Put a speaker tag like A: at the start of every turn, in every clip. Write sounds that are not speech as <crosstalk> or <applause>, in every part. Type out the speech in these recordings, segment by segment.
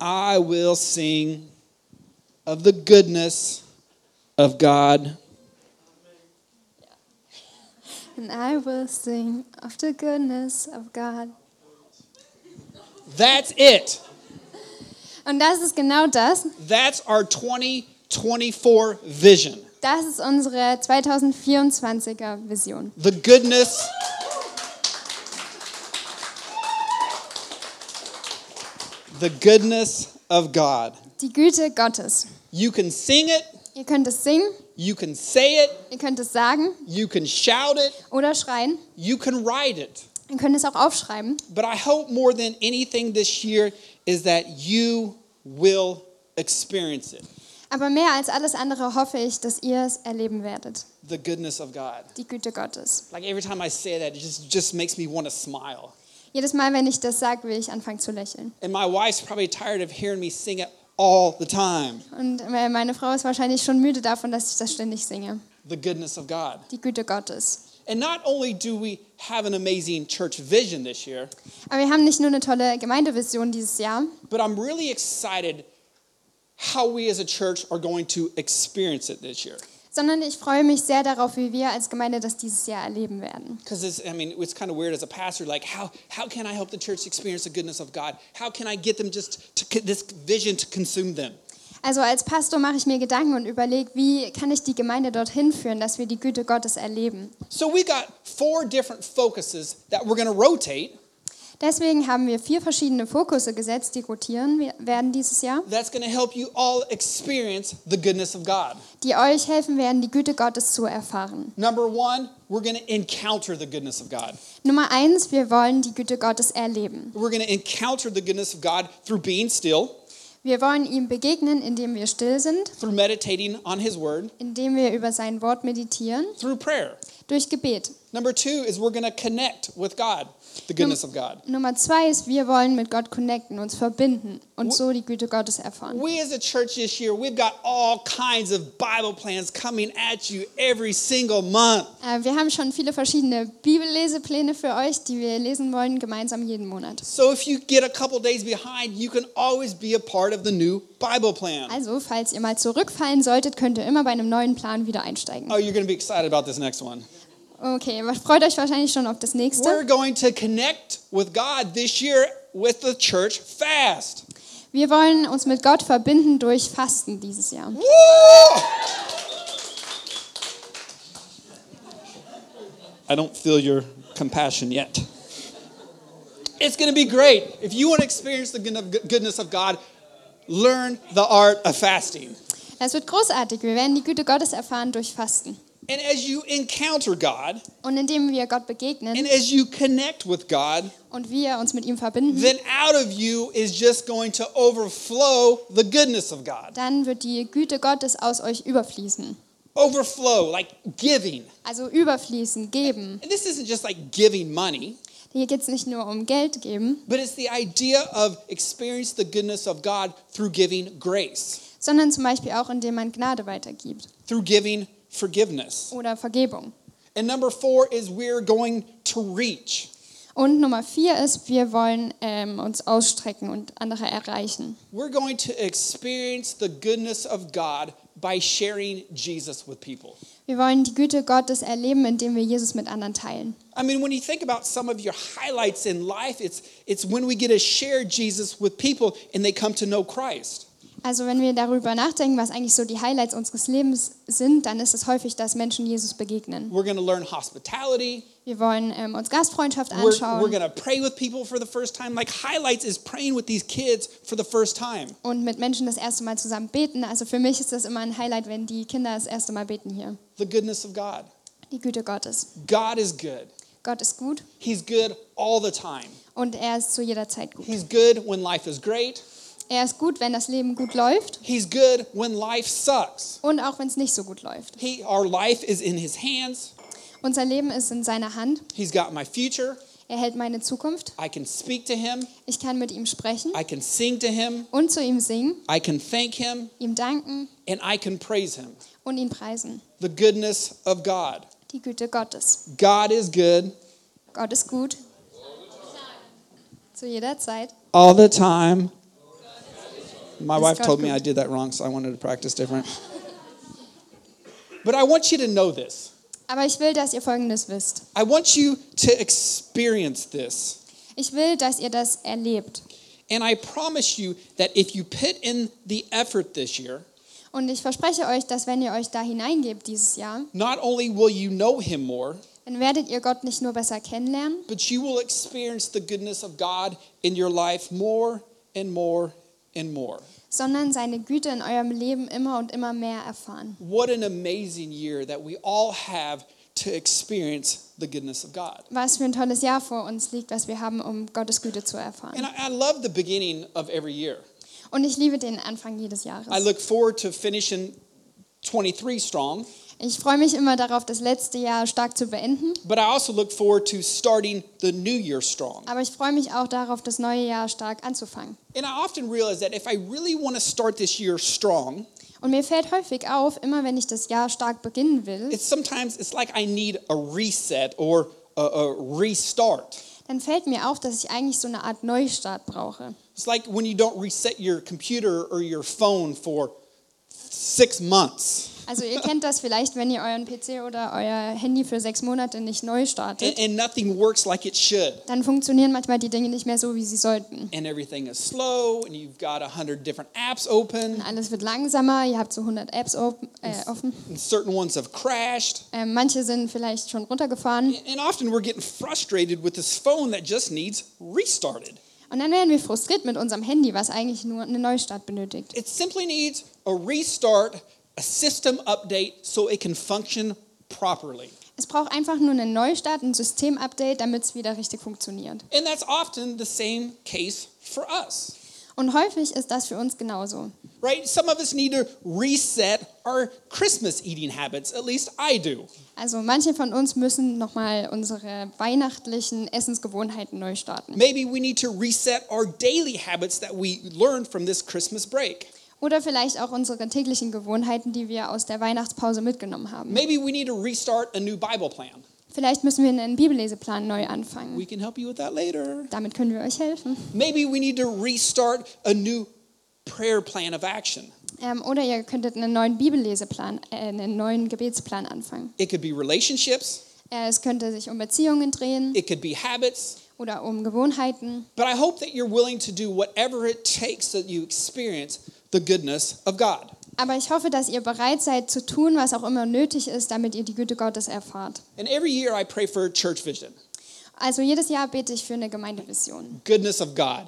A: I will sing of the goodness of God.
B: And I will sing of the goodness of God.
A: That's it.
B: Und das ist genau das.
A: That's our 2024 vision.
B: Das ist unsere 2024er Vision.
A: The goodness The goodness of God.
B: Die Güte Gottes.
A: You can sing it,
B: Ihr könnt es singen,
A: you can say it,
B: ihr könnt es sagen
A: you can shout it,
B: oder schreien.
A: you can write it.
B: Ihr könnt es auch aufschreiben.
A: But I hope more than anything this year is that you will experience it.
B: Aber mehr als alles andere hoffe ich, dass ihr es erleben werdet.
A: The goodness of God.
B: Die Güte Gottes.
A: Like every time I say that, it just, just makes me want to smile.
B: Jedes Mal, wenn ich das sage, will ich anfangen zu lächeln.
A: And my wife's probably tired of hearing me sing it all the time.
B: Und äh, meine Frau ist wahrscheinlich schon müde davon, dass ich das ständig singe.
A: The goodness of God.
B: Die Güte Gottes.
A: And not only do we have an amazing church vision this year,
B: Aber wir haben nicht nur eine tolle Gemeindevision dieses Jahr,
A: but I'm really excited how we as a church are going to experience it this year.
B: sondern ich freue mich sehr darauf, wie wir als Gemeinde das dieses Jahr erleben werden.
A: Because it's, I mean, it's kind of weird as a pastor, like how, how can I help the church experience the goodness of God? How can I get them just to, this vision to consume them?
B: Also als Pastor mache ich mir Gedanken und überlege, wie kann ich die Gemeinde dorthin führen, dass wir die Güte Gottes erleben.
A: So we got four different focuses that we're going to rotate.
B: Deswegen haben wir vier verschiedene Fokusse gesetzt, die rotieren wir- werden dieses Jahr,
A: That's going to help you all experience the goodness of God.
B: die euch helfen werden, die Güte Gottes zu erfahren.
A: Number one, we're going to encounter the goodness of God.
B: Nummer eins, wir wollen die Güte Gottes erleben.
A: We're going to encounter the goodness of God through being still,
B: Wir wollen ihm begegnen, indem wir still sind,
A: through meditating on His Word,
B: indem wir über sein Wort meditieren,
A: through prayer.
B: durch Gebet.
A: Number two is we're going to connect with God, the goodness of God.
B: Nummer zwei ist, wir wollen mit Gott connecten, uns verbinden und so die Güte Gottes erfahren.
A: We as a church this year, we've got all kinds of Bible plans coming at you every single month.
B: Äh, Wir haben schon viele verschiedene Bibellesepläne für euch, die wir lesen wollen, gemeinsam jeden Monat.
A: So if you get a couple days behind, you can always be a part of the new Bible plan.
B: Also, falls ihr mal zurückfallen solltet, könnt ihr immer bei einem neuen Plan wieder einsteigen.
A: Oh, you're going to be excited about this next one.
B: Okay, aber freut euch wahrscheinlich schon auf das
A: We're
B: nächste.
A: going to connect with God this year with the church fast.
B: Wir wollen uns mit Gott verbinden durch Fasten dieses Jahr.
A: Woo! I don't feel your compassion yet. It's going to be great. If you want to experience the good- goodness of God, learn the art of fasting.
B: Das wird großartig. Wir werden die Güte Gottes erfahren durch Fasten.
A: And as you encounter God
B: Und indem wir Gott
A: and
B: begegnen
A: as you connect with God,
B: und wir uns mit ihm verbinden,
A: then out of you is just going to overflow the goodness of God.
B: dann wird die Güte Gottes aus euch überfließen.
A: Overflow, like giving.
B: Also überfließen, geben.
A: And this isn't just like giving money.
B: Hier geht es nicht nur um Geld geben,
A: But it's the idea of experience the goodness of God through giving grace,
B: sondern zum Beispiel auch, indem man Gnade weitergibt
A: through giving forgiveness.
B: oder Vergebung.
A: And number four is we're going to reach.
B: Und Nummer vier ist, wir wollen ähm, uns ausstrecken und andere erreichen.
A: We're going to experience the goodness of God by sharing Jesus with people.
B: Wir wollen die Güte Gottes erleben, indem wir Jesus mit anderen teilen.
A: I mean, when you think about some of your highlights in life, it's, it's when we get to share Jesus with people and they come to know Christ.
B: Also wenn wir darüber nachdenken, was eigentlich so die Highlights unseres Lebens sind, dann ist es häufig, dass Menschen Jesus begegnen.
A: We're going to learn hospitality.
B: Wir wollen ähm, uns Gastfreundschaft
A: We're, we're
B: anschauen
A: going to pray with people for the first time. Like, highlights is praying with these kids for the first time.
B: und mit Menschen das erste Mal zusammen beten. Also für mich ist das immer ein Highlight, wenn die Kinder das erste Mal beten hier.
A: the goodness of God.
B: Die Güte Gottes.
A: God is good.
B: Gott ist gut
A: He's good all the time.
B: und er ist zu jeder Zeit gut.
A: He's good when life is great.
B: Er ist gut, wenn das Leben gut läuft
A: He's good when life sucks.
B: und auch wenn es nicht so gut läuft.
A: He, our life is in His hands.
B: Unser Leben ist in seiner Hand.
A: He's got my future.
B: Er hält meine Zukunft.
A: I can speak to Him.
B: Ich kann mit ihm sprechen
A: I can sing to Him.
B: und zu ihm singen,
A: I can thank Him
B: ihm danken
A: and I can praise Him.
B: und ihn preisen.
A: The goodness of God.
B: Die Güte Gottes.
A: God is good
B: Gott ist gut. Zu jeder Zeit.
A: all the time, My
B: Ist
A: wife
B: Gott
A: told me
B: gut.
A: I did that wrong, so I wanted to practice different. but I want you to know this.
B: Aber ich will, dass ihr Folgendes wisst.
A: I want you to experience this.
B: Ich will, dass ihr das erlebt.
A: And I promise you that if you put in the effort this year,
B: Und ich verspreche euch, dass wenn ihr euch da hineingebt dieses Jahr,
A: not only will you know him more,
B: dann werdet ihr Gott nicht nur besser kennenlernen,
A: but you will experience the goodness of God in your life more and more and more.
B: sondern seine Güte in eurem Leben immer und immer mehr erfahren.
A: What an amazing year that we all have to experience the goodness of God.
B: Was für ein tolles Jahr vor uns liegt, was wir haben, um Gottes Güte zu
A: And
B: erfahren.
A: I, I love the beginning of every year.
B: Und ich liebe den Anfang jedes Jahres.
A: I look forward to finishing 23 strong,
B: Ich freue mich immer darauf, das letzte Jahr stark zu beenden,
A: but I also look forward to starting the new year strong.
B: aber ich freue mich auch darauf, das neue Jahr stark anzufangen.
A: And I often realize that if I really want to start this year strong,
B: Und mir fällt häufig auf, immer wenn ich das Jahr stark beginnen will,
A: it's sometimes it's like I need a reset or a, a restart.
B: dann fällt mir auf, dass ich eigentlich so eine Art Neustart brauche.
A: It's like when you don't reset your computer or your phone for six months
B: Also ihr kennt das vielleicht, wenn ihr euren PC oder euer Handy für sechs Monate nicht neu
A: and,
B: startet,
A: and nothing works like it should.
B: dann funktionieren manchmal die Dinge nicht mehr so, wie sie sollten.
A: And everything is slow, and you've got a hundred different apps open,
B: Alles wird langsamer, ihr habt so 100 Apps open, äh, offen.
A: and certain ones have crashed.
B: Ähm, manche sind vielleicht schon runtergefahren.
A: And often we're getting frustrated with this phone that just needs restarted.
B: Und dann werden wir frustriert mit unserem Handy, was eigentlich nur einen Neustart benötigt.
A: It simply needs a restart, a system update, so it can function properly.
B: Es braucht einfach nur einen Neustart, ein Systemupdate, damit es wieder richtig funktioniert.
A: And that's often the same case for us.
B: Und häufig ist das für uns genauso.
A: right? Some of us need to reset our Christmas eating habits. At least I do.
B: Also manche von uns müssen nochmal unsere weihnachtlichen Essensgewohnheiten neu starten.
A: Maybe we need to reset our daily habits that we learned from this Christmas break.
B: Oder vielleicht auch unsere täglichen Gewohnheiten, die wir aus der Weihnachtspause mitgenommen haben.
A: Maybe we need to restart a new Bible plan.
B: Vielleicht müssen wir einen Bibelleseplan neu anfangen.
A: We can help you with that later.
B: Damit können wir euch helfen.
A: Maybe we need to restart a new prayer plan of action.
B: Ähm, oder ihr könntet einen neuen Bibelleseplan, äh, einen neuen Gebetsplan anfangen.
A: It could be relationships,
B: Äh, es könnte sich um Beziehungen drehen
A: it could be habits.
B: oder um Gewohnheiten.
A: But I hope that you're willing to do whatever it takes that you experience the goodness of God.
B: Aber ich hoffe, dass ihr bereit seid zu tun, was auch immer nötig ist, damit ihr die Güte Gottes erfahrt.
A: And every year I pray for church vision,
B: Also jedes Jahr bete ich für eine Gemeindevision,
A: goodness of God.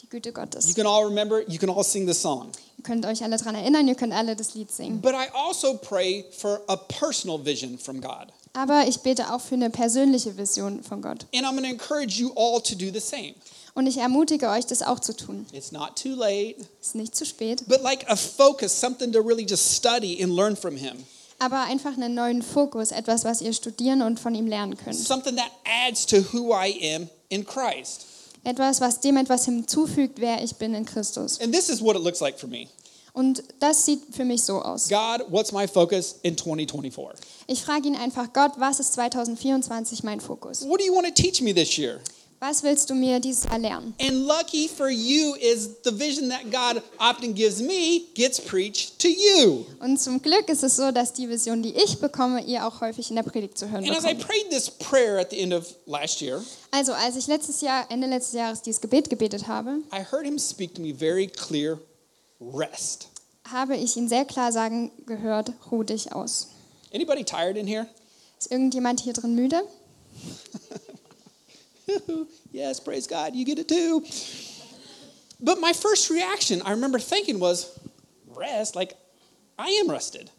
B: die Güte
A: You
B: Gottes.
A: can all remember, you can all sing the song.
B: Ihr könnt euch alle daran erinnern, ihr könnt alle das Lied singen.
A: But I also pray for a personal vision from God.
B: Aber ich bete auch für eine persönliche Vision von Gott.
A: And I'm going to encourage you all to do the same.
B: Und ich ermutige euch, das auch zu tun.
A: It's not too late,
B: Es ist nicht zu spät,
A: but like a focus, something to really just study and learn from Him.
B: aber einfach einen neuen Fokus, etwas, was ihr studieren und von ihm lernen könnt.
A: Something that adds to who I am in Christ.
B: Etwas, was dem etwas hinzufügt, wer ich bin in Christus.
A: And this is what it looks like for me
B: Und das sieht für mich so aus.
A: God, what's my focus in 2024?
B: Ich frage ihn einfach, Gott, was ist 2024 mein Fokus?
A: What do you want to teach me this year?
B: Was willst du mir dieses Jahr lernen?
A: And lucky for you is the vision that God often gives me gets preached to you.
B: Und zum Glück ist es so, dass die Vision, die ich bekomme, ihr auch häufig in der Predigt zu hören
A: And as I
B: bekommt.
A: prayed this prayer at the end of last year,
B: Also, als ich letztes Jahr, Ende letztes Jahres dieses Gebet gebetet habe,
A: I heard him speak to me very clear rest.
B: habe ich ihn sehr klar sagen gehört, ruh dich aus.
A: Anybody tired in here?
B: Ist irgendjemand hier drin müde?
A: <laughs> yes, praise God, you get it too. But my first reaction, I remember thinking, was rest, like I am rested.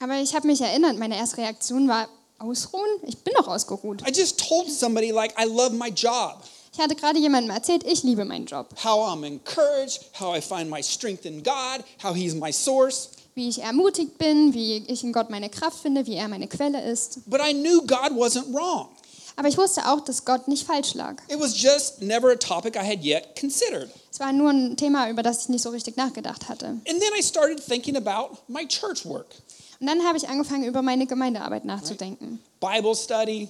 B: Aber ich habe mich erinnert, meine erste Reaktion war, ausruhen? Ich bin doch ausgeruht.
A: I just told somebody, like, I love my job,
B: Ich hatte gerade jemandem erzählt, ich liebe meinen Job.
A: how I'm encouraged, how I find my strength in God, how He's my source.
B: Wie ich ermutigt bin, wie ich in Gott meine Kraft finde, wie er meine Quelle ist.
A: But I knew God wasn't wrong.
B: Aber ich wusste auch, dass Gott nicht falsch lag.
A: It was just never a topic I had yet considered.
B: Es war nur ein Thema, über das ich nicht so richtig nachgedacht hatte.
A: And then I started thinking about my church work,
B: Und dann habe ich angefangen, über meine Gemeindearbeit nachzudenken.
A: Bible study,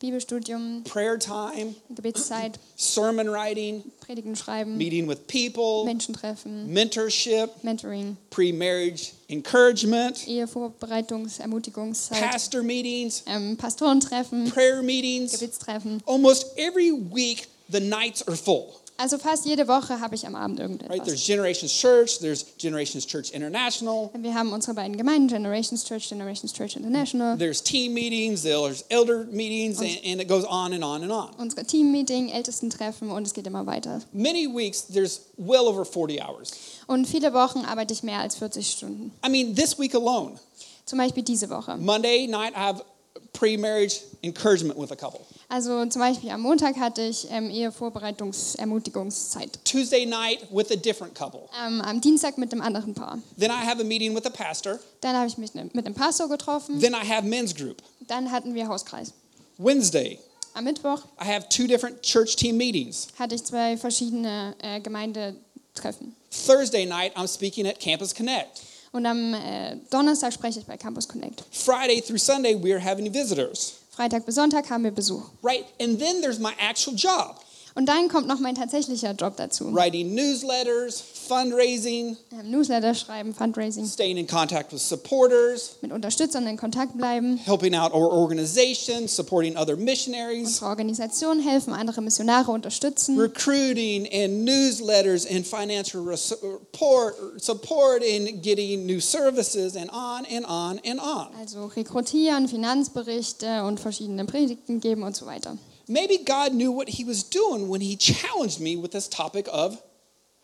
B: Bibelstudium,
A: prayer time,
B: Gebetszeit,
A: sermon writing,
B: Predigen schreiben,
A: meeting with people,
B: Menschen treffen,
A: mentorship,
B: Mentoring,
A: pre marriage encouragement,
B: Ehevorbereitungs-, Ermutigungszeit,
A: pastor meetings,
B: ähm, Pastorentreffen,
A: prayer meetings.
B: Gebetstreffen.
A: Almost every week, the nights are full.
B: Also fast jede Woche habe ich am Abend
A: Right?
B: irgendetwas.
A: There's Generations Church, there's Generations Church International,
B: Wir haben unsere beiden Gemeinden, Generations Church, Generations Church International,
A: there's team meetings, there's elder meetings, and, and it goes on and on and on.
B: unsere Team-Meeting, Ältestentreffen und es geht immer weiter.
A: Many weeks, there's well over 40 hours.
B: Und viele Wochen arbeite ich mehr als 40 Stunden.
A: I mean, this week alone,
B: Zum Beispiel diese Woche.
A: Monday night, I have pre marriage encouragement with a couple.
B: Also zum Beispiel am Montag hatte ich ähm, Ehevorbereitungs-Ermutigungszeit.
A: Tuesday night with a different couple.
B: Ähm, am Dienstag mit einem anderen Paar.
A: Then I have a meeting with a pastor.
B: Dann habe ich mich ne, mit einem Pastor getroffen.
A: Then I have men's group.
B: Dann hatten wir Hauskreis.
A: Wednesday,
B: Am Mittwoch
A: I have two different church team meetings.
B: hatte ich zwei verschiedene äh, Gemeindetreffen.
A: Thursday night, I'm speaking at Campus Connect.
B: Und am äh, Donnerstag spreche ich bei Campus Connect.
A: Friday through Sunday, we are having visitors,
B: Freitag bis Sonntag haben wir Besuch.
A: right? And then there's my actual job
B: Und dann kommt noch mein tatsächlicher Job dazu.
A: writing newsletters, fundraising,
B: Ähm, Newsletter schreiben, Fundraising,
A: staying in contact with supporters,
B: mit Unterstützern in Kontakt bleiben,
A: helping out our organization, supporting other missionaries,
B: unserer Organisation helfen, andere Missionare unterstützen,
A: recruiting and newsletters and financial res- report, support and getting new services, and on and on and on.
B: also rekrutieren, Finanzberichte und verschiedene Predigten geben und so weiter.
A: Maybe God knew what He was doing when He challenged me with this topic of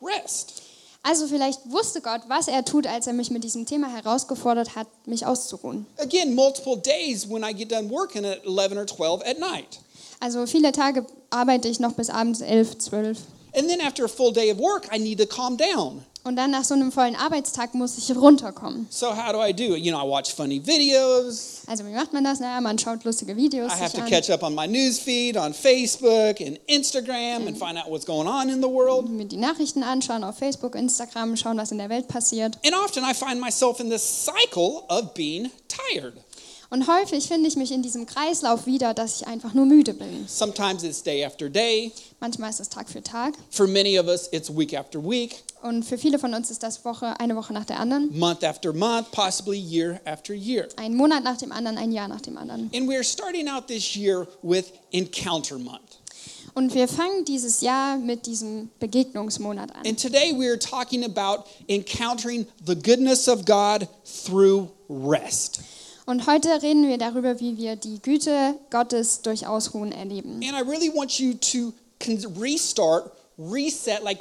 A: rest.
B: Also vielleicht wusste Gott, was er tut, als er mich mit diesem Thema herausgefordert hat, mich auszuruhen.
A: Again, multiple days when I get done working at 11 or 12 at night.
B: Also viele Tage arbeite ich noch bis abends 11, 12.
A: And then after a full day of work, I need to calm down.
B: Und dann nach so einem vollen Arbeitstag muss ich runterkommen.
A: So, how do I do it? You know, I watch funny videos,
B: Also wie macht man das? Naja, man schaut lustige Videos
A: I have
B: sich
A: to
B: an.
A: catch up on my news feed on Facebook and Instagram and find out what's going on in the world.
B: mir die Nachrichten anschauen auf Facebook, Instagram, schauen, was in der Welt passiert.
A: And often I find myself in this cycle of being tired.
B: Und häufig finde ich mich in diesem Kreislauf wieder, dass ich einfach nur müde bin.
A: Sometimes it's day after day.
B: Manchmal ist es Tag für Tag
A: For many of us, it's week after week.
B: und für viele von uns ist das Woche eine Woche nach der anderen,
A: month after month, possibly year after year.
B: ein Monat nach dem anderen, ein Jahr nach dem anderen.
A: And we're starting out this year with Encounter Month.
B: Und wir fangen dieses Jahr mit diesem Begegnungsmonat an.
A: And today we are talking about encountering the goodness of God through rest.
B: Und heute reden wir darüber, wie wir die Güte Gottes durch Ausruhen erleben.
A: And I really want you to con- restart, reset, like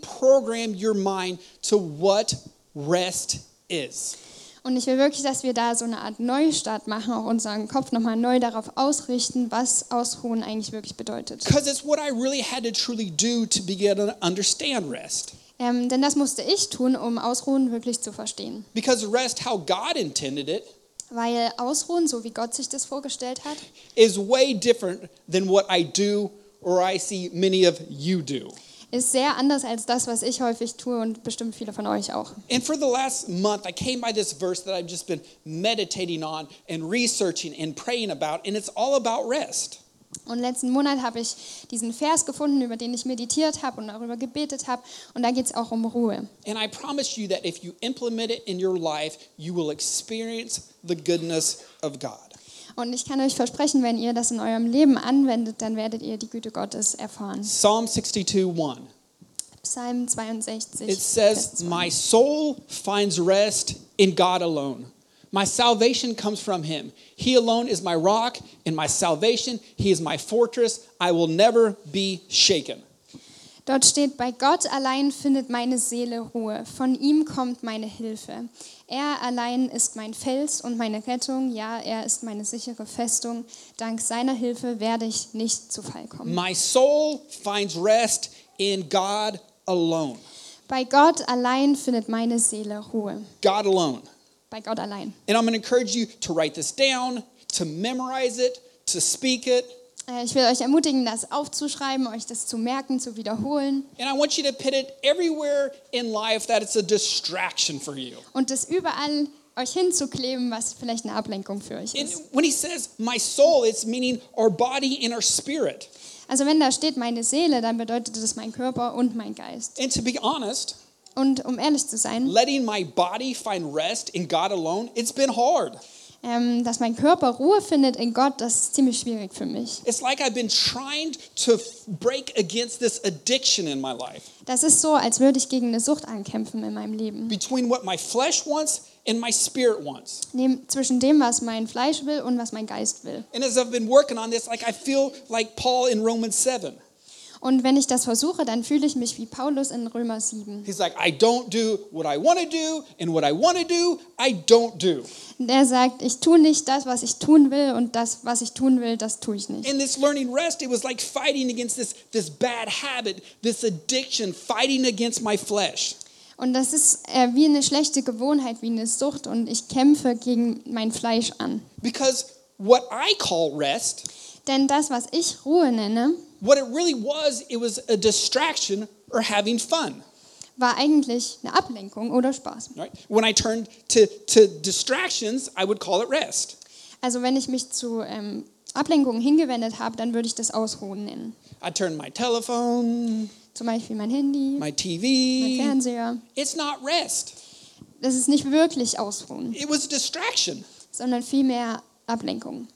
A: reprogram your mind to what rest is.
B: Und ich will wirklich, dass wir da so eine Art Neustart machen, auch unseren Kopf nochmal neu darauf ausrichten, was Ausruhen eigentlich wirklich bedeutet.
A: Because it's what I really had to truly do to begin to understand rest.
B: Ähm, denn das musste ich tun, um Ausruhen wirklich zu verstehen.
A: Because rest, how God intended it,
B: Weil Ausruhen, so wie Gott sich das vorgestellt hat,
A: is way different than what I do or I see many of you do.
B: ist sehr anders als das, was ich häufig tue und bestimmt viele von euch auch.
A: And for the last month, I came by this verse that I've just been meditating on and researching and praying about, and it's all about rest.
B: Und letzten Monat habe ich diesen Vers gefunden, über den ich meditiert habe und darüber gebetet habe. Und da geht es auch um Ruhe.
A: And I promise you that if you implement it in your life, you will experience the goodness of God.
B: Und ich kann euch versprechen, wenn ihr das in eurem Leben anwendet, dann werdet ihr die Güte Gottes erfahren.
A: Psalm 62 1.
B: Psalm 62.
A: It
B: Vers
A: says,
B: 2.
A: My soul finds rest in God alone. My salvation comes from him. He alone is my rock and my salvation. He is my fortress. I will never be shaken.
B: Dort steht, bei Gott allein findet meine Seele Ruhe, von ihm kommt meine Hilfe. Er allein ist mein Fels und meine Rettung, ja, er ist meine sichere Festung. Dank seiner Hilfe werde ich nicht zu Fall kommen.
A: My soul finds rest in God alone.
B: Bei Gott allein findet meine Seele Ruhe.
A: God alone.
B: Bei Gott allein.
A: And I'm going to encourage you to write this down, to memorize it, to speak it.
B: Äh, Ich will euch ermutigen, das aufzuschreiben, euch das zu merken, zu wiederholen
A: And I want you to put it everywhere in life that it's a distraction for you.
B: und das überall euch hinzukleben, was vielleicht eine Ablenkung für euch
A: And
B: ist.
A: when he says my soul, it's meaning our body and our spirit.
B: Also wenn da steht meine Seele, dann bedeutet das mein Körper und mein Geist.
A: And to be honest,
B: Und um ehrlich zu sein,
A: letting my body find rest in God alone, it's been hard.
B: ähm, dass mein Körper Ruhe findet in Gott, das ist ziemlich schwierig für mich.
A: It's like I've been trying to f- break against this addiction in my life
B: Das ist so, als würde ich gegen eine Sucht ankämpfen in meinem Leben.
A: between what my flesh wants and my spirit wants.
B: Neben, zwischen dem, was mein Fleisch will und was mein Geist will.
A: And as I've been working on this, like I feel like Paul in Romans 7.
B: Und wenn ich das versuche, dann fühle ich mich wie Paulus in Römer 7.
A: He's like, I don't do what I want to do, and what I want to do, I don't do.
B: Der sagt, ich tue nicht das, was ich tun will und das, was ich tun will, das tue ich nicht.
A: In this learning rest, it was like fighting against this, this bad habit, this addiction, fighting against my flesh.
B: Und das ist äh, wie eine schlechte Gewohnheit, wie eine Sucht und ich kämpfe gegen mein Fleisch an.
A: Because what I call rest,
B: Denn das, was ich Ruhe nenne,
A: what it really was, it was a distraction or having fun.
B: war eigentlich eine Ablenkung oder Spaß.
A: Right? When I turned to, to distractions, I would call it rest.
B: Also wenn ich mich zu ähm, Ablenkungen hingewendet habe, dann würde ich das Ausruhen nennen.
A: I turned my telephone,
B: Zum Beispiel mein Handy,
A: my
B: mein
A: TV.
B: Fernseher.
A: It's not rest.
B: Das ist nicht wirklich Ausruhen,
A: It was a distraction.
B: sondern vielmehr Ablenkung.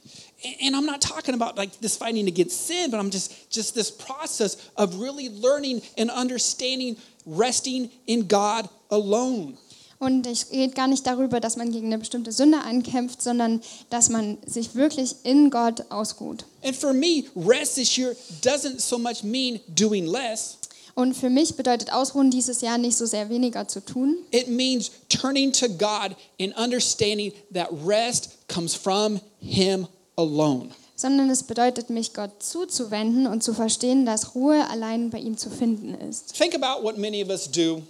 A: A- And I'm not talking about like this fighting against sin, but I'm just just this process of really learning and understanding resting in God alone.
B: Und ich rede gar nicht darüber, dass man gegen eine bestimmte Sünde ankämpft, sondern dass man sich wirklich in Gott ausruht.
A: And for me, rest this year doesn't so much mean doing less.
B: Und für mich bedeutet Ausruhen dieses Jahr nicht so sehr weniger zu tun,
A: It means turning to God and understanding that rest comes from Him alone.
B: sondern es bedeutet, mich Gott zuzuwenden und zu verstehen, dass Ruhe allein bei ihm zu finden ist.
A: Think about what many of us do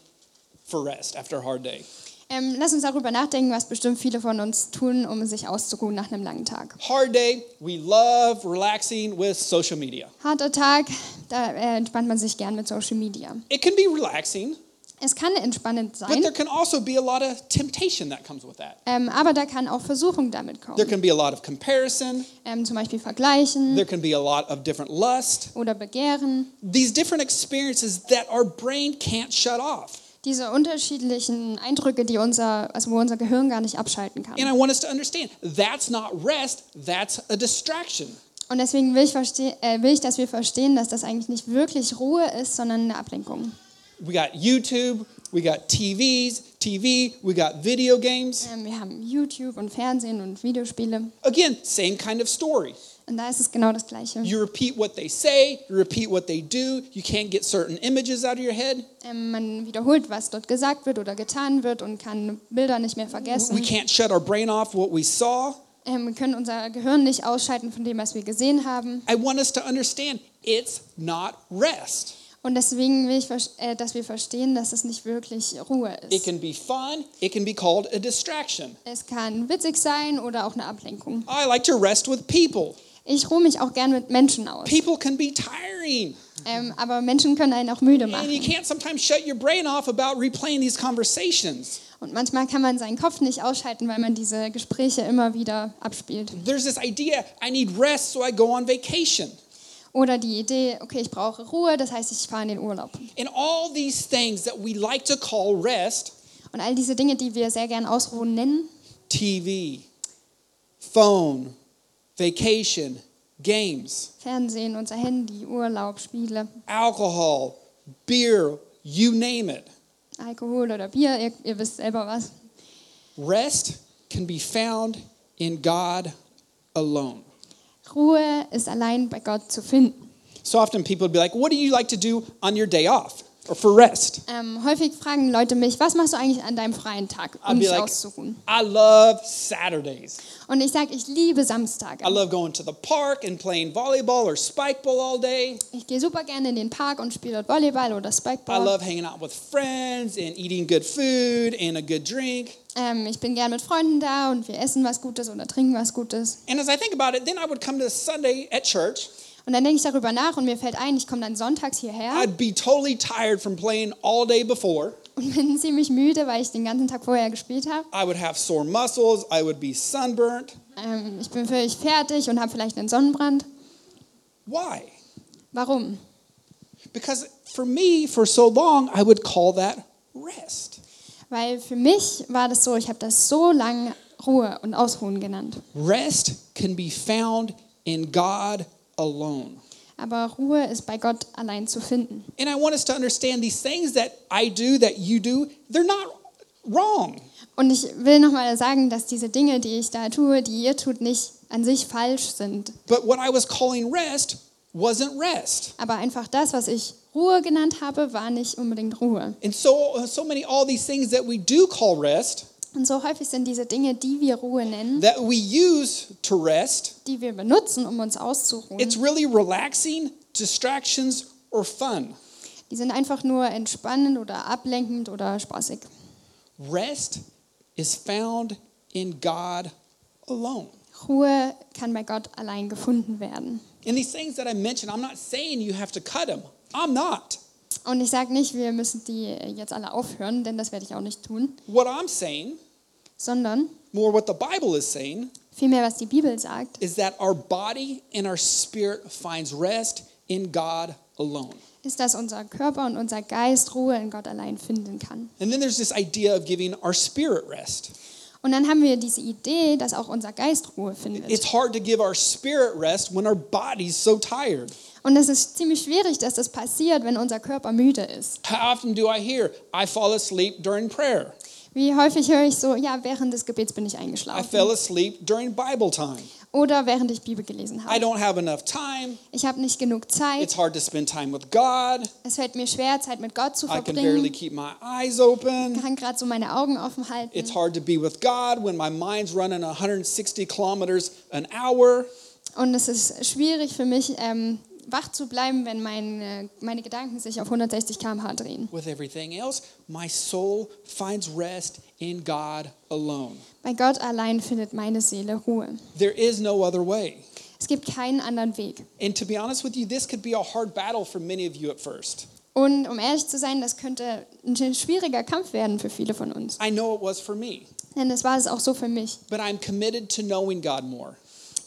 A: for rest after a hard day.
B: Ähm, lass uns darüber nachdenken, was bestimmt viele von uns tun, um sich auszuruhen nach einem langen Tag.
A: Hard day, we love relaxing with social media.
B: Harter Tag, da äh, entspannt man sich gern mit Social Media.
A: It can be relaxing,
B: Es kann entspannend
A: but
B: sein,
A: there can also be a lot of temptation that comes with that.
B: ähm, aber da kann auch Versuchung damit
A: There
B: kommen.
A: can be a lot of comparison,
B: Ähm, zum Beispiel vergleichen
A: there can be a lot of different lust,
B: oder begehren.
A: these different experiences that our brain can't shut off.
B: Diese unterschiedlichen Eindrücke, die unser, also wo unser Gehirn gar nicht abschalten kann.
A: And I want us to understand that's not rest, that's a distraction.
B: Und deswegen will ich, verste- äh, will ich, dass wir verstehen, dass das eigentlich nicht wirklich Ruhe ist, sondern eine Ablenkung.
A: We got YouTube, we got TVs, TV, we got video games.
B: Ähm, wir haben YouTube und Fernsehen und Videospiele.
A: Again, same kind of story.
B: Und da ist es genau das Gleiche.
A: You repeat what they say, you repeat what they do, you can't get certain images out of your head.
B: Ähm, man wiederholt, was dort gesagt wird oder getan wird und kann Bilder nicht mehr
A: We
B: vergessen.
A: can't shut our brain off what we saw.
B: Ähm, wir können unser Gehirn nicht ausschalten von dem, was wir gesehen haben.
A: I want us to understand it's not rest.
B: Und deswegen will ich, vers- äh, dass wir verstehen, dass es nicht wirklich Ruhe
A: It
B: ist.
A: can be fun, it can be called a distraction.
B: Es kann witzig sein oder auch eine Ablenkung.
A: I like to rest with people.
B: Ich ruhe mich auch gern mit Menschen aus.
A: People can be tiring.
B: Ähm, aber Menschen können einen auch müde
A: And you
B: machen.
A: can't sometimes shut your brain off about replaying these conversations.
B: Und manchmal kann man seinen Kopf nicht ausschalten, weil man diese Gespräche immer wieder abspielt.
A: There's this idea I need rest, so I go on vacation.
B: Oder die Idee, okay, ich brauche Ruhe, das heißt, ich fahre in den Urlaub.
A: And all these things that we like to call rest
B: Und all diese Dinge, die wir sehr gern Ausruhen nennen,
A: TV, phone, vacation, games,
B: Fernsehen, unser Handy, Urlaub, Spiele,
A: alcohol, beer, you name it.
B: Alkohol oder Bier, ihr, ihr wisst selber was.
A: Rest can be found in God alone.
B: Ruhe ist allein bei Gott zu finden.
A: So often people would be like, What do you like to do on your day off or for rest?
B: Ähm, häufig fragen Leute mich, was machst du eigentlich an deinem freien Tag, um
A: I'd be
B: dich
A: like,
B: auszuruhen?
A: I love Saturdays.
B: Und ich sage, ich liebe Samstage.
A: I love going to the park and playing volleyball or spike ball all day.
B: Ich gehe super gerne in den Park und spiele dort Volleyball oder
A: I
B: Spikeball.
A: love hanging out with friends and eating good food and a good drink.
B: Ähm, ich bin gern mit Freunden da und wir essen was Gutes oder trinken was Gutes.
A: And as I think about it, then I would come to Sunday at church.
B: Und dann denke ich darüber nach und mir fällt ein, ich komme dann sonntags hierher
A: I'd be totally tired from playing all day before.
B: und bin <laughs> ziemlich müde, weil ich den ganzen Tag vorher gespielt habe.
A: I would have sore muscles. I would be sunburnt.
B: Ähm, ich bin völlig fertig und habe vielleicht einen Sonnenbrand.
A: Why?
B: Warum?
A: Because for me, for so long, I would call that rest.
B: Weil für mich war das so, ich habe das so lange Ruhe und Ausruhen genannt.
A: Rest can be found in God alone.
B: Aber Ruhe ist bei Gott allein zu finden.
A: And I want us to understand these things that I do, that you do, they're not wrong.
B: Und ich will nochmal sagen, dass diese Dinge, die ich da tue, die ihr tut, nicht an sich falsch sind.
A: But what I was calling rest wasn't rest.
B: Aber einfach das, was ich Ruhe genannt habe, war nicht unbedingt Ruhe.
A: And so, so many, all these things that we do call rest,
B: Und so häufig sind diese Dinge, die wir Ruhe nennen,
A: that we use to rest,
B: die wir benutzen, um uns auszuruhen,
A: it's really relaxing, distractions, or fun.
B: die sind einfach nur entspannend oder ablenkend oder spaßig.
A: Rest is found in God alone.
B: Ruhe kann bei Gott allein gefunden werden.
A: And these things that I mentioned, I'm not saying you have to cut them. I'm not.
B: Und ich sage nicht, wir müssen die jetzt alle aufhören, denn das werde ich auch nicht tun,
A: What I'm saying,
B: sondern
A: more what the Bible is saying,
B: vielmehr, was die Bibel sagt,
A: is that our body and our spirit finds rest in God alone.
B: ist, dass unser Körper und unser Geist Ruhe in Gott allein finden kann.
A: And then there's this idea of giving our spirit rest.
B: Und dann haben wir diese Idee, dass auch unser Geist Ruhe findet.
A: It's hard to give our spirit rest when our body's so tired.
B: Und es ist ziemlich schwierig, dass das passiert, wenn unser Körper müde ist.
A: How often do I hear, I fall asleep during prayer?
B: Wie häufig höre ich so, ja, während des Gebets bin ich
A: I fell
B: eingeschlafen.
A: asleep during Bible time.
B: Oder während ich Bibel gelesen
A: I
B: habe.
A: don't have enough time.
B: Ich habe nicht genug
A: It's
B: Zeit.
A: hard to spend time with God.
B: Es fällt mir schwer, Zeit mit Gott zu
A: I can barely
B: verbringen.
A: keep my eyes open.
B: Ich kann gerade so meine Augen offen halten.
A: It's hard to be with God when my mind's running 160 kilometers an hour.
B: Und es ist schwierig für mich, ähm, wach zu bleiben, wenn meine, meine Gedanken sich auf 160 km/h drehen.
A: With everything else, my soul finds rest in God alone.
B: Bei Gott allein findet meine Seele Ruhe.
A: There is no other way.
B: Es gibt keinen anderen Weg.
A: And to be honest with you, this could be a hard battle for many of you at first.
B: Und um ehrlich zu sein, das könnte ein schwieriger Kampf werden für viele von uns.
A: I know it was for me,
B: Denn das war es auch so für mich.
A: but I'm committed to knowing God more.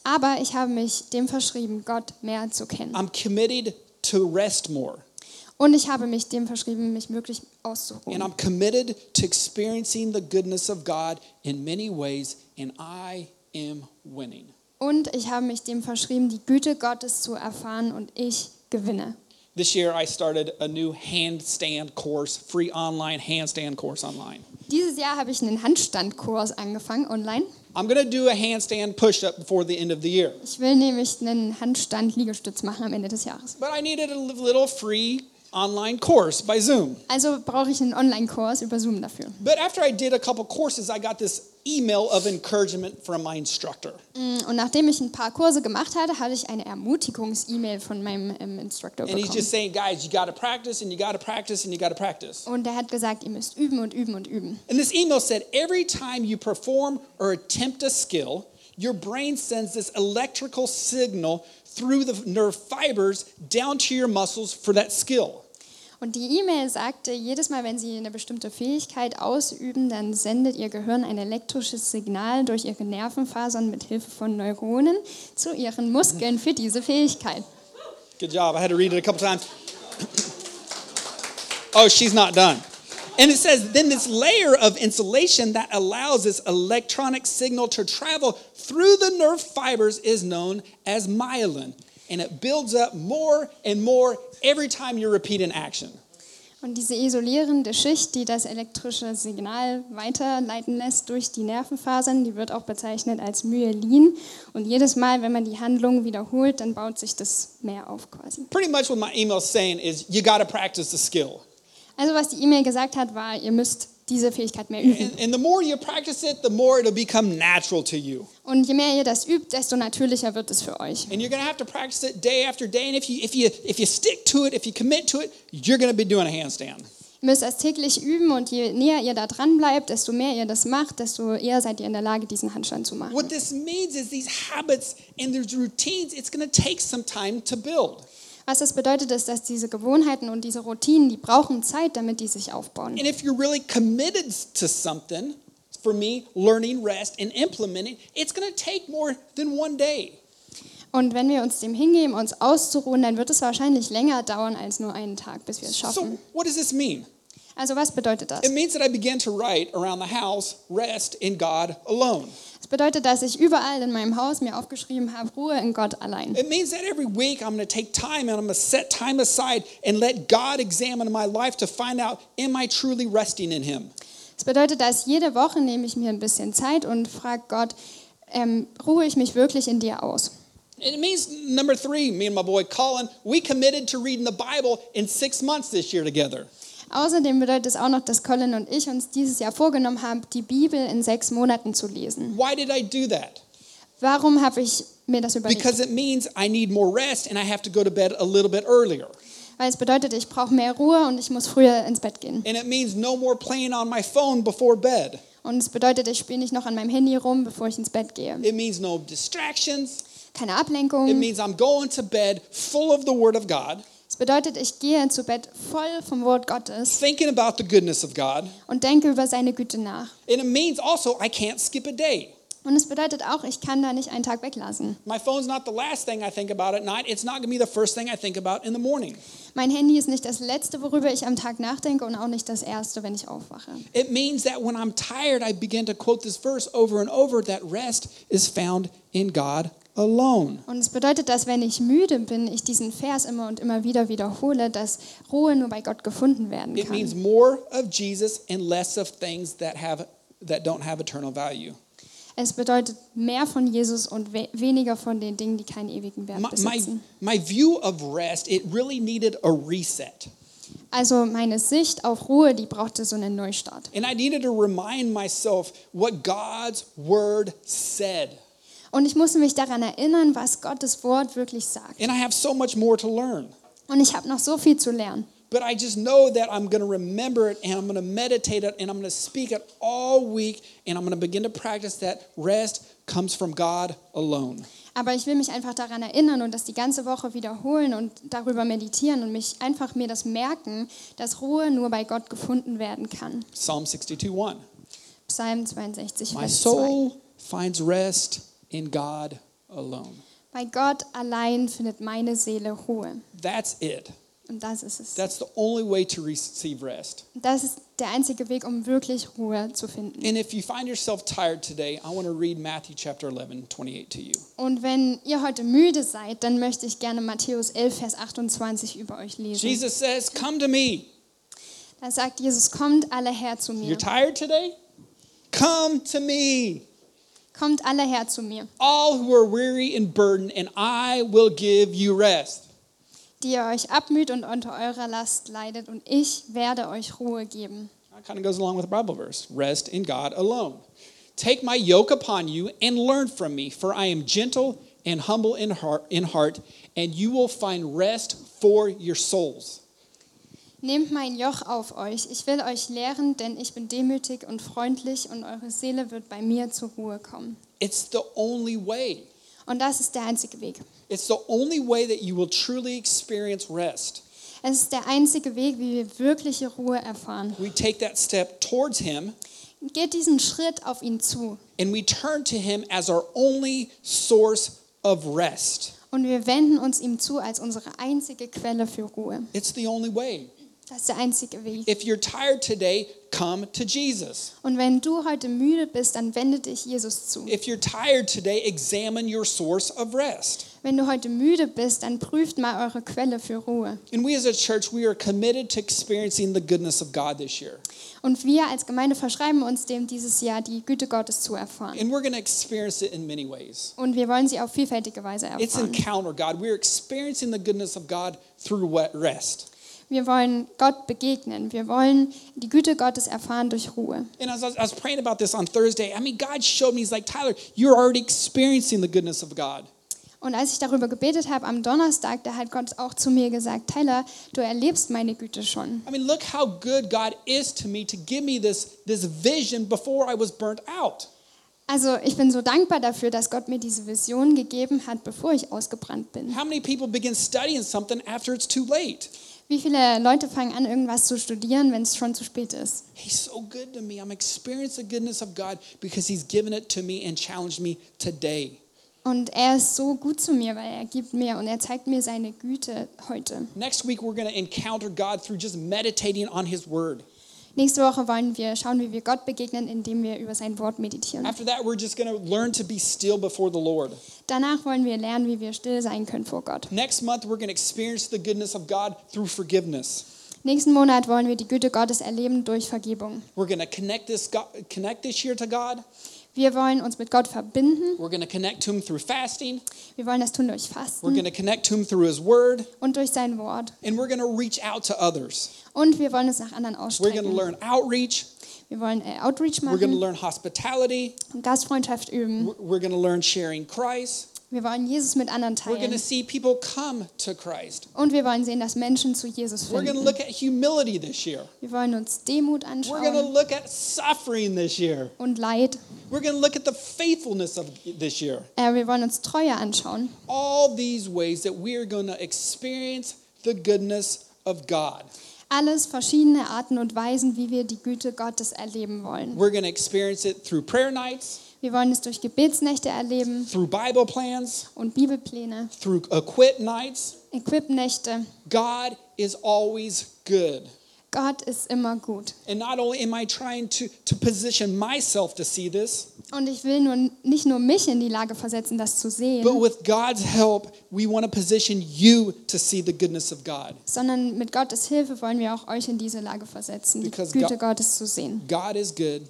B: Aber ich habe mich dem verschrieben, Gott mehr zu kennen.
A: I'm committed to rest more.
B: Und ich habe mich dem verschrieben, mich wirklich
A: And I'm
B: auszuruhen.
A: committed to experiencing the goodness of God in many ways, and I am winning.
B: Und ich habe mich dem verschrieben, die Güte Gottes zu erfahren und ich gewinne.
A: This year, I started a new handstand course, free online handstand course online.
B: Dieses Jahr habe ich einen Handstandkurs angefangen online.
A: I'm gonna do a handstand push up before the end of the year,
B: Ich will nämlich einen Handstand-Liegestütz machen am Ende des Jahres.
A: but I needed a little free online course by Zoom.
B: Also brauche ich einen Online-Kurs über Zoom dafür.
A: But after I did a couple courses, I got this email of encouragement from my instructor.
B: Und nachdem ich ein paar Kurse gemacht hatte, hatte ich eine Ermutigungs-E-Mail von meinem ähm, Instructor
A: And he's
B: bekommen.
A: just saying, guys, you gotta practice and you gotta practice and you gotta practice.
B: Und er hat gesagt, ihr müsst üben und üben und üben.
A: And this email said, every time you perform or attempt a skill, your brain sends this electrical signal through the nerve fibers down to your muscles for that skill.
B: Und die E-Mail sagte, jedes Mal, wenn Sie eine bestimmte Fähigkeit ausüben, dann sendet Ihr Gehirn ein elektrisches Signal durch Ihre Nervenfasern mit Hilfe von Neuronen zu Ihren Muskeln für diese Fähigkeit.
A: Good job. I had to read it a couple times. <coughs> oh, she's not done. And it says, then this layer of insulation that allows this electronic signal to travel through the nerve fibers is known as myelin. And it builds up more and more every time you repeat an action.
B: Und diese isolierende Schicht, die das elektrische Signal weiterleiten lässt durch die Nervenfasern, die wird auch bezeichnet als Myelin. Und jedes Mal, wenn man die Handlung wiederholt, dann baut sich das mehr auf quasi.
A: Pretty much what my email's saying is you gotta practice the skill.
B: Also was die E-Mail gesagt hat, war, ihr müsst diese Fähigkeit mehr üben.
A: And, and the more you practice it, the more it'll become natural to you.
B: Und je mehr ihr das übt, desto natürlicher wird es für euch.
A: And you're gonna have to practice it day after day. And if you if you if you stick to it, if you commit to it, you're gonna be doing a handstand.
B: Ihr müsst das täglich üben und je näher ihr da dran bleibt, desto mehr ihr das macht, desto eher seid ihr in der Lage, diesen Handstand zu machen.
A: What this means is these habits and these routines, it's going to take some time to build.
B: Was das bedeutet, ist, dass diese Gewohnheiten und diese Routinen, die brauchen Zeit, damit die sich aufbauen.
A: And if you're really committed to something, for me, learning rest and implementing, it's going to take more than one day.
B: Und wenn wir uns dem hingeben, uns auszuruhen, dann wird es wahrscheinlich länger dauern als nur einen Tag, bis wir es
A: So,
B: schaffen.
A: what does this mean?
B: Also was bedeutet das?
A: It means that I began to write around the house, rest in God alone.
B: Es bedeutet, dass ich überall in meinem Haus mir aufgeschrieben habe, Ruhe in Gott allein.
A: It means that every week I'm going to take time and I'm going to set time aside and let God examine my life to find out am I truly resting in Him?
B: Es bedeutet, dass jede Woche nehme ich mir ein bisschen Zeit und frage Gott, ähm, ruhe ich mich wirklich in dir aus?
A: And it means number three, me and my boy Colin, we committed to reading the Bible in six months this year together.
B: Außerdem bedeutet es auch noch, dass Colin und ich uns dieses Jahr vorgenommen haben, die Bibel in sechs Monaten zu lesen.
A: Why did I do that?
B: Warum habe ich mir das überlegt?
A: Because it means I need more rest and I have to go to bed a little bit earlier.
B: Weil es bedeutet, ich brauche mehr Ruhe und ich muss früher ins Bett gehen.
A: And it means no more playing on my phone before bed.
B: Und es bedeutet, ich spiele nicht noch an meinem Handy rum, bevor ich ins Bett gehe.
A: It means no distractions.
B: Keine
A: It
B: Ablenkung.
A: means I'm going to bed full of the Word of God,
B: Es bedeutet, ich gehe zu Bett voll vom Wort Gottes
A: thinking about the goodness of God.
B: und denke über seine Güte nach.
A: And it means also I can't skip a day.
B: Und es bedeutet auch, ich kann da nicht einen Tag weglassen.
A: My phone's not the last thing I think about at night. It's not going to be the first thing I think about in the morning.
B: Mein Handy ist nicht das Letzte, worüber ich am Tag nachdenke und auch nicht das Erste, wenn ich aufwache.
A: It means that when I'm tired, I begin to quote this verse over and over that rest is found in God alone.
B: Und es bedeutet, dass wenn ich müde bin, ich diesen Vers immer und immer wieder wiederhole, dass Ruhe nur bei Gott gefunden werden
A: It means
B: kann.
A: more of Jesus and less of things that have that don't have eternal value.
B: Es bedeutet mehr von Jesus und we weniger von den Dingen, die keinen ewigen Wert
A: My, my,
B: besitzen.
A: my view of rest, it really needed a reset.
B: Also meine Sicht auf Ruhe, die brauchte so einen Neustart.
A: And I needed to remind myself what God's word said.
B: Und ich musste mich daran erinnern, was Gottes Wort wirklich sagt.
A: And I have so much more to learn.
B: Und ich habe noch so viel zu lernen.
A: But I just know that I'm going to remember it and I'm going to meditate it and I'm going to speak it all week and I'm going to begin to practice that rest comes from God alone.
B: Aber ich will mich einfach daran erinnern und das die ganze Woche wiederholen und darüber meditieren und mich einfach mir das merken, dass Ruhe nur bei Gott gefunden werden kann.
A: Psalm 62 1.
B: Psalm 62,
A: My
B: Vers 2.
A: soul finds rest in God alone.
B: Bei Gott allein findet meine Seele Ruhe.
A: That's it.
B: Und das ist es.
A: That's the only way to receive rest.
B: Das ist der einzige Weg, um wirklich Ruhe zu finden.
A: And if you find yourself tired today, I want to read Matthew chapter 11, 28 to you.
B: Und wenn ihr heute müde seid, dann möchte ich gerne Matthäus 11, Vers 28 über euch lesen.
A: Jesus says, Come to me.
B: Da sagt Jesus, kommt alle her zu mir.
A: You're tired today? Come to me.
B: Kommt alle her zu mir,
A: all who are weary and burdened, and I will give you rest.
B: die ihr euch abmüht und unter eurer Last leidet, und ich werde euch Ruhe geben.
A: That kind of goes along with the Bible verse rest in God alone. Take my yoke upon you and learn from me, for I am gentle and humble in heart, in heart and you will find rest for your souls.
B: Nehmt mein Joch auf euch, ich will euch lehren, denn ich bin demütig und freundlich, und eure Seele wird bei mir zur Ruhe kommen.
A: It's the only way.
B: Und das ist der einzige Weg.
A: It's the only way that you will truly experience rest.
B: Es ist der einzige Weg, wie wir wirkliche Ruhe erfahren.
A: We take that step towards Him
B: Geht diesen Schritt auf ihn zu
A: and we turn to Him as our only source of rest.
B: und wir wenden uns ihm zu als unsere einzige Quelle für Ruhe.
A: It's the only way.
B: Das ist der einzige Weg.
A: If you're tired today, come to Jesus.
B: Und wenn du heute müde bist, dann wende dich Jesus zu.
A: If you're tired today, examine your source of rest.
B: Wenn du heute müde bist, dann prüft mal eure Quelle für Ruhe.
A: And we as a church, we are committed to experiencing the goodness of God this year.
B: Und wir als Gemeinde verschreiben uns dem dieses Jahr die Güte Gottes zu erfahren.
A: And we're going to experience it in many ways.
B: Und wir wollen sie auf vielfältige Weise
A: It's
B: erfahren.
A: encounter God. We're experiencing the goodness of God through wet rest.
B: Wir wollen Gott begegnen. Wir wollen die Güte Gottes erfahren durch Ruhe.
A: And as I was- I was praying about this on Thursday, I mean, God showed me, He's like, Tyler, you're already experiencing the goodness of God.
B: Und als ich darüber gebetet habe am Donnerstag, da hat Gott auch zu mir gesagt, Tyler, du erlebst meine Güte schon.
A: I mean, look how good God is to me to give me this, this vision before I was burnt out.
B: Also ich bin so dankbar dafür, dass Gott mir diese Vision gegeben hat, bevor ich ausgebrannt bin.
A: How many people begin studying something after it's too late?
B: Wie viele Leute fangen an, irgendwas zu studieren, wenn es schon zu spät ist?
A: He's so good to me. I'm experiencing the goodness of God because He's given it to me and challenged me today.
B: Und er ist so gut zu mir, weil er gibt mir und er zeigt mir seine Güte heute.
A: Next week, we're going to encounter God through just meditating on His Word.
B: Nächste Woche wollen wir schauen, wie wir Gott begegnen, indem wir über sein Wort meditieren.
A: After that, we're just going to learn to be still before the Lord.
B: Danach wollen wir lernen, wie wir still sein können vor Gott.
A: Next month, we're going to experience the goodness of God through forgiveness.
B: Nächsten Monat wollen wir die Güte Gottes erleben durch Vergebung.
A: We're going to connect this, go- connect this year to God.
B: Wir wollen uns mit Gott verbinden.
A: We're going to connect to Him through fasting.
B: Wir wollen das tun durch
A: We're
B: Fasten
A: going to connect to Him through His Word.
B: und durch sein Wort.
A: And we're going to reach out to others.
B: Und wir wollen es nach anderen
A: We're going to
B: ausstrecken.
A: learn outreach.
B: Wir wollen äh, Outreach
A: We're going to
B: machen
A: learn hospitality.
B: und Gastfreundschaft üben.
A: We're- We're going to learn sharing Christ.
B: Wir wollen Jesus mit anderen
A: We're going to
B: teilen.
A: see people come to Christ.
B: Und wir wollen sehen, dass Menschen zu Jesus
A: We're going to
B: finden.
A: look at humility this year.
B: Wir wollen uns Demut
A: We're going to
B: anschauen
A: look at suffering this year.
B: und Leid.
A: We're going to look at the faithfulness of this year.
B: Äh, wir wollen uns Treue anschauen.
A: All these ways that we are going to experience the goodness of God.
B: Alles verschiedene Arten und Weisen, wie wir die Güte Gottes erleben wollen.
A: We're going to experience it through prayer nights,
B: Wir wollen es durch Gebetsnächte erleben
A: through Bible plans,
B: und Bibelpläne,
A: through acquit nights.
B: Equipnächte.
A: God is always good.
B: Gott ist immer gut.
A: And not only am I trying to, to position myself to see this,
B: Und ich will nur, nicht nur mich in die Lage versetzen, das zu
A: But
B: sehen,
A: with God's help, we want to position you to see the goodness of God.
B: sondern mit Gottes Hilfe wollen wir auch euch in diese Lage versetzen, die
A: Because
B: Güte
A: God-
B: Gottes zu sehen.
A: God is good,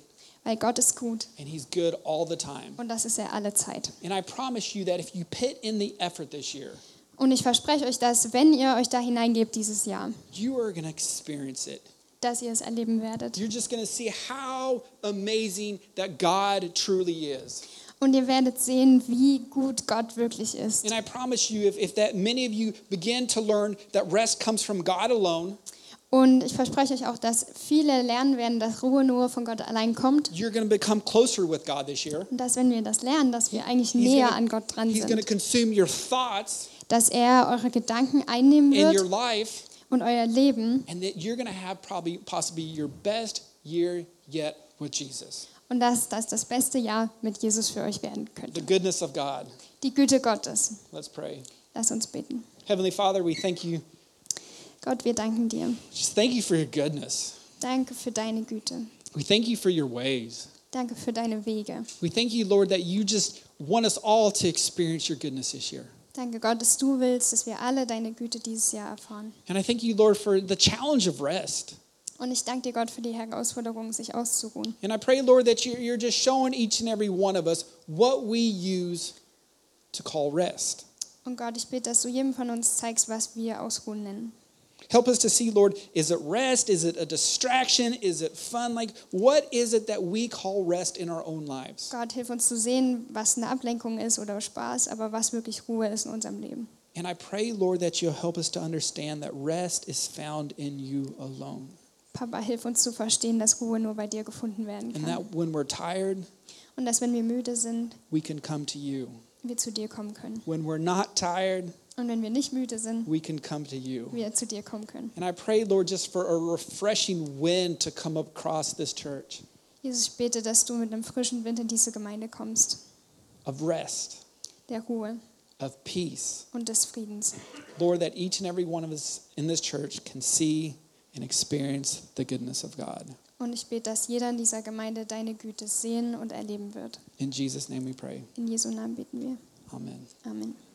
B: Weil Gott ist gut
A: and He's good all the time.
B: und das ist er alle Zeit.
A: And I promise you that if you put in the effort this year,
B: Und ich verspreche euch, dass wenn ihr euch da hineingebt dieses Jahr,
A: you are going to experience it.
B: dass ihr es erleben werdet.
A: You're just going to see how amazing that God truly is.
B: Und ihr werdet sehen, wie gut Gott wirklich ist.
A: And I promise you, if, if that many of you begin to learn that rest comes from God alone,
B: Und ich verspreche euch auch, dass viele lernen werden, dass Ruhe nur von Gott allein kommt.
A: you're going to become closer with God this year.
B: Und dass, wenn wir das lernen, dass wir eigentlich
A: He's
B: näher
A: gonna-
B: an Gott dran
A: He's going to
B: sind.
A: consume your thoughts
B: Dass er eure Gedanken einnehmen
A: in your
B: wird
A: life.
B: und euer Leben.
A: and that you're going to have probably possibly your best year yet with Jesus.
B: Und dass das das beste Jahr mit Jesus für euch werden
A: The
B: könnte.
A: goodness of God.
B: Die Güte Gottes.
A: Let's pray.
B: Lass uns beten.
A: Heavenly Father, we thank you.
B: Gott, wir danken dir.
A: Just thank you for your goodness.
B: Danke für deine Güte.
A: We thank you for your ways.
B: Danke für deine Wege.
A: We thank you, Lord, that you just want us all to experience your goodness this year.
B: Danke Gott, dass du willst, dass wir alle deine Güte dieses Jahr erfahren.
A: And I thank you, Lord, for the challenge of rest.
B: Und ich danke dir Gott für die Herausforderung, sich auszuruhen.
A: And I pray, Lord, that you- you're just showing each and every one of us what we use to call rest.
B: Und Gott, ich bete, dass du jedem von uns zeigst, was wir Ausruhen nennen.
A: Help us to see, Lord, is it rest? Is it a distraction? Is it fun? Like, what is it that we call rest in our own lives?
B: Gott, hilf uns zu sehen, was eine Ablenkung ist oder Spaß, aber was wirklich Ruhe ist in unserem Leben.
A: And I pray, Lord, that you'll help us to understand that rest is found in you alone.
B: Papa, hilf uns zu verstehen, dass Ruhe nur bei dir gefunden werden
A: And
B: kann.
A: that when we're tired,
B: Und dass, wenn wir müde sind,
A: we can come to you.
B: wir zu dir kommen können.
A: When we're not tired,
B: Und wenn wir nicht müde sind,
A: we can come to you.
B: wir zu dir kommen können.
A: And I pray, Lord, just for a refreshing wind to come across this church
B: Jesus, ich bete, dass du mit einem frischen Wind in diese Gemeinde kommst,
A: of rest,
B: der Ruhe
A: of peace.
B: und des Friedens.
A: Lord, that each and every one of us in this church can see and experience the goodness of God.
B: Und ich bete, dass jeder in dieser Gemeinde deine Güte sehen und erleben wird.
A: In Jesus' name we pray.
B: In Jesu Namen beten wir.
A: Amen.
B: Amen.